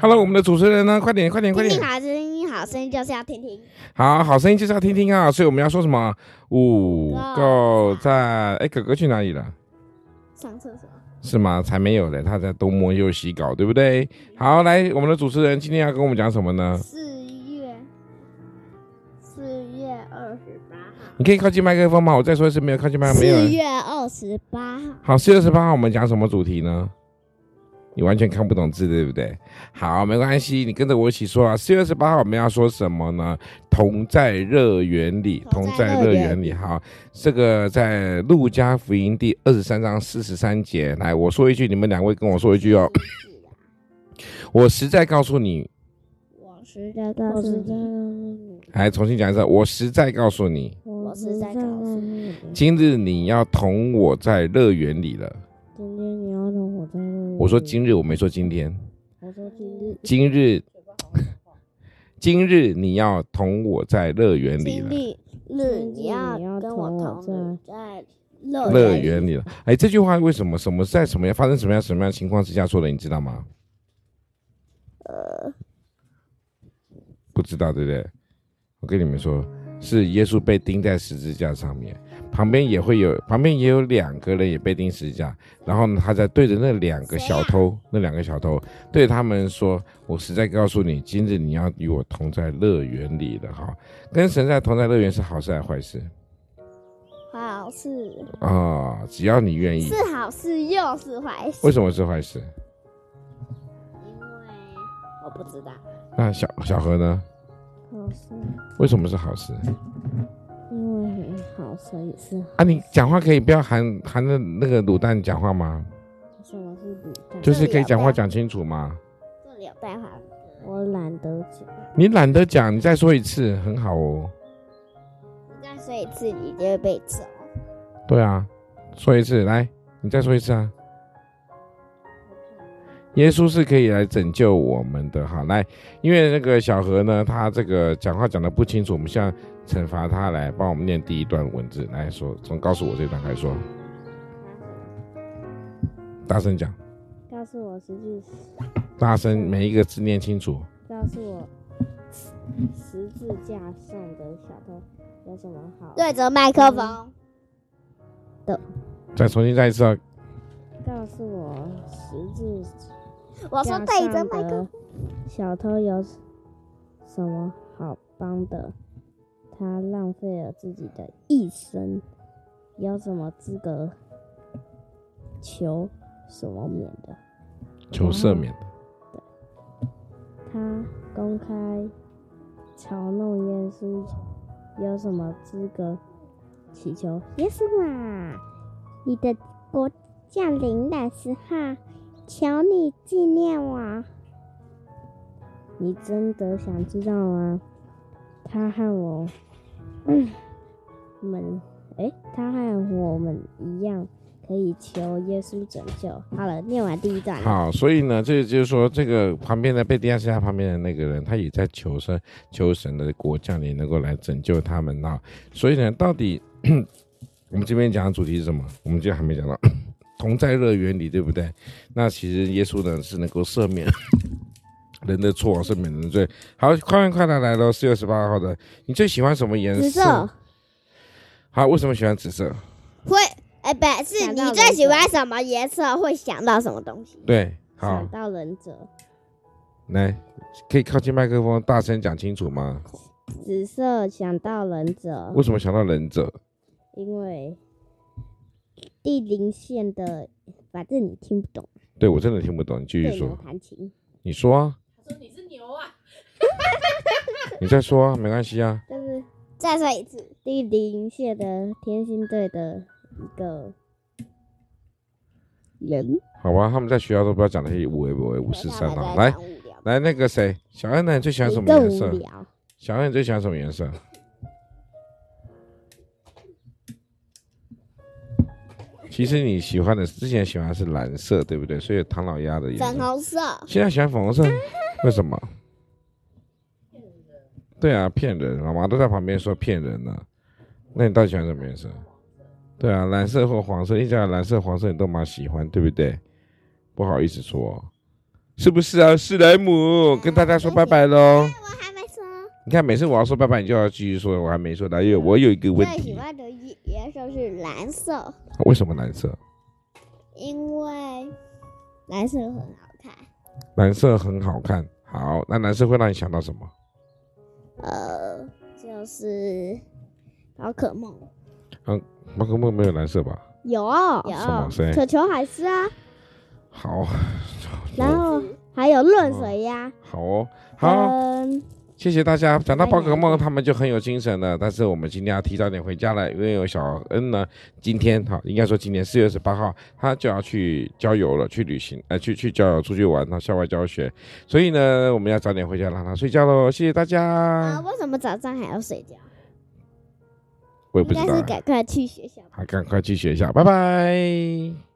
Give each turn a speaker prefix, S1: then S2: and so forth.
S1: Hello，我们的主持人呢？快点，快点，快
S2: 听啊
S1: 点
S2: 听！好声音，好声音就是要听听。
S1: 好好声音就是要听听啊，所以我们要说什么？五够赞！哎，哥哥去哪里了？
S2: 上厕所，
S1: 是吗？才没有嘞，他在东摸右西搞，对不对？好，来，我们的主持人今天要跟我们讲什么呢？
S2: 四月四月二十八号，
S1: 你可以靠近麦克风吗？我再说一次，没有靠近麦克风，没有
S2: 四
S1: 人。
S2: 月二十八号，
S1: 好，四月十八号我们讲什么主题呢？你完全看不懂字，对不对？好，没关系，你跟着我一起说啊。四月十八号我们要说什么呢？同在乐园里，
S2: 同
S1: 同
S2: 在
S1: 在
S2: 乐
S1: 乐
S2: 园
S1: 园里。好，这个在路加福音第二十三章四十三节。来，我说一句，你们两位跟我说一句哦。我实在告诉你，
S2: 我实在告
S3: 我
S2: 诉
S3: 是在
S2: 你，
S1: 来重新讲一次，我实在告诉你，
S3: 我
S2: 是
S3: 是
S2: 在
S3: 在
S2: 告
S3: 告
S2: 诉
S3: 诉
S2: 你
S3: 你，
S1: 今日你要同我在乐园里了。
S3: 今天你要让我在那里。
S1: 我说今日，我没说今天。
S3: 我说今日
S1: 今日，今日你要同我在乐园里
S2: 今
S1: 了，
S2: 日日
S3: 今日
S2: 你要
S3: 你要
S2: 跟
S3: 同
S2: 我
S3: 我
S2: 同日在乐
S1: 乐园里了。哎，这句话为什么什么在什么样发生什么样什么样情况之下说的，你知道吗？不知道对不对？我跟你们说，是耶稣被钉在十字架上面，旁边也会有，旁边也有两个人也被钉十字架，然后呢，他在对着那两个小偷，那两个小偷对他们说：“我实在告诉你，今日你要与我同在乐园里了。”哈，跟神在同在乐园是好事还是坏事
S2: 好事，
S1: 啊、只要你愿意，
S2: 是好事又是坏事
S1: 为，什么是坏事？
S2: 因为我不知道，
S1: 那小小何呢？
S3: 好事，
S1: 为什么是好事？
S3: 因为很好，所以是好。
S1: 啊，你讲话可以不要含含着那个卤蛋讲话吗？
S3: 什么是卤蛋？
S1: 就是可以讲话讲清楚吗？
S2: 这里有啊带话，
S3: 我懒得讲，
S1: 你懒得讲，你再说一次，很好哦。
S2: 你再说一次你就会被揍。
S1: 对啊，说一次，来，你再说一次啊。耶稣是可以来拯救我们的，好来，因为那个小何呢，他这个讲话讲的不清楚，我们现在惩罚他来帮我们念第一段文字，来说，从告诉我这段开始说，大声讲，
S3: 告诉我实际，
S1: 大声，每一个字念清楚。
S3: 告诉我十字架上的小偷有什么好？，
S2: 对着麦克风，
S1: 再重新再一次、哦，
S3: 告诉我十字
S2: 我说
S3: 架
S2: 对着
S3: 上
S2: 麦克
S3: 的小偷有什么好帮的？他浪费了自己的一生，有什么资格求什么免的？
S1: 求赦免。
S3: 他公开嘲弄耶稣，有什么资格祈求耶稣啊？你的国降临的时候，求你纪念我。你真的想知道吗？他和我，嗯，们，诶，他和我们一样，可以求耶稣拯救。好了，念完第一段了。
S1: 好，所以呢，这就是说，这个旁边的被钉在十字架旁边的那个人，他也在求生，求神的国降临能够来拯救他们啊。所以呢，到底 我们这边讲的主题是什么？我们就还没讲到同在乐园里，对不对？那其实耶稣呢是能够赦免 人的错，赦免人的罪。好，快问快答来喽，四月十八号的，你最喜欢什么颜色？
S2: 紫色。
S1: 好，为什么喜欢紫色？
S2: 会，哎，不是
S3: 想
S2: 你
S3: 到
S2: 最
S3: 轮
S2: 喜
S3: 廓
S2: 欢什么颜色，会想到什么东西？
S1: 对，好
S3: 想，到忍者。
S1: 来，可以靠近麦克风，大声讲清楚吗？
S3: 紫色想到忍者，
S1: 为什么想到忍者？
S3: 因为地灵县的，反正你听不懂，
S1: 对我真的听不懂，你继续
S3: 对
S1: 说
S3: 牛。弹琴，
S1: 你啊说啊， 你再说啊，没关系啊。
S3: 就是
S2: 再说一次，
S3: 地灵县的天星队的一个人。
S1: 好吧？他们在学校都不要讲那些五为五为五四三
S2: 了
S1: 了。来来，那个谁，小恩呢？你最喜欢什
S3: 你
S1: 么
S3: 更
S1: 颜
S3: 无
S1: 色？
S3: 聊。
S1: 小恩，你最喜欢什么颜 色？其实你喜欢的之前喜欢的是蓝色，对不对？所以有唐老鸭的颜
S2: 粉
S1: 色。
S2: 红色，
S1: 现在喜欢粉红色，为什么？对啊，骗人！老妈都在旁边说骗人呢、那你到底喜欢什么颜色？对啊，蓝色或黄色，一讲蓝色、黄色你都蛮喜欢，对不对？不好意思说，是不是啊？史莱姆跟大家说拜拜喽！
S2: 我还没说。
S1: 你看，每次我要说拜拜，你就要继续说，我还没说到，因为我有一个问
S2: 最嗯喜
S1: 题，
S2: 欢的颜颜色是蓝色，
S1: 为什么蓝色？
S2: 因为蓝色很好看。
S1: 蓝色很好看。好，那蓝色会让你想到什么？
S2: 呃，就是宝可梦
S1: 宝可梦没有蓝色吧？
S3: 有
S1: 什么谁？
S3: 可球海狮啊，
S1: 好，
S3: 然后还有润水鸭，
S1: 好哦，好，
S2: 嗯
S3: 跟
S1: 谢谢大家。讲到宝可梦，他们就很有精神了。但是我们今天要提早点回家了，因为有小恩呢，今天哈，应该说今年四月十八号，他就要去郊游了，去旅行，呃，去去郊游，出去玩，他校外教学。所以呢，我们要早点回家，让他睡觉喽。谢谢大
S2: 啊，
S1: 家。
S2: 为什么早上还要睡觉？
S1: 我也不
S2: 应
S1: 知
S2: 该
S1: 道啊
S2: 是，赶快去学校吧。
S1: 好，赶快去学校，拜拜。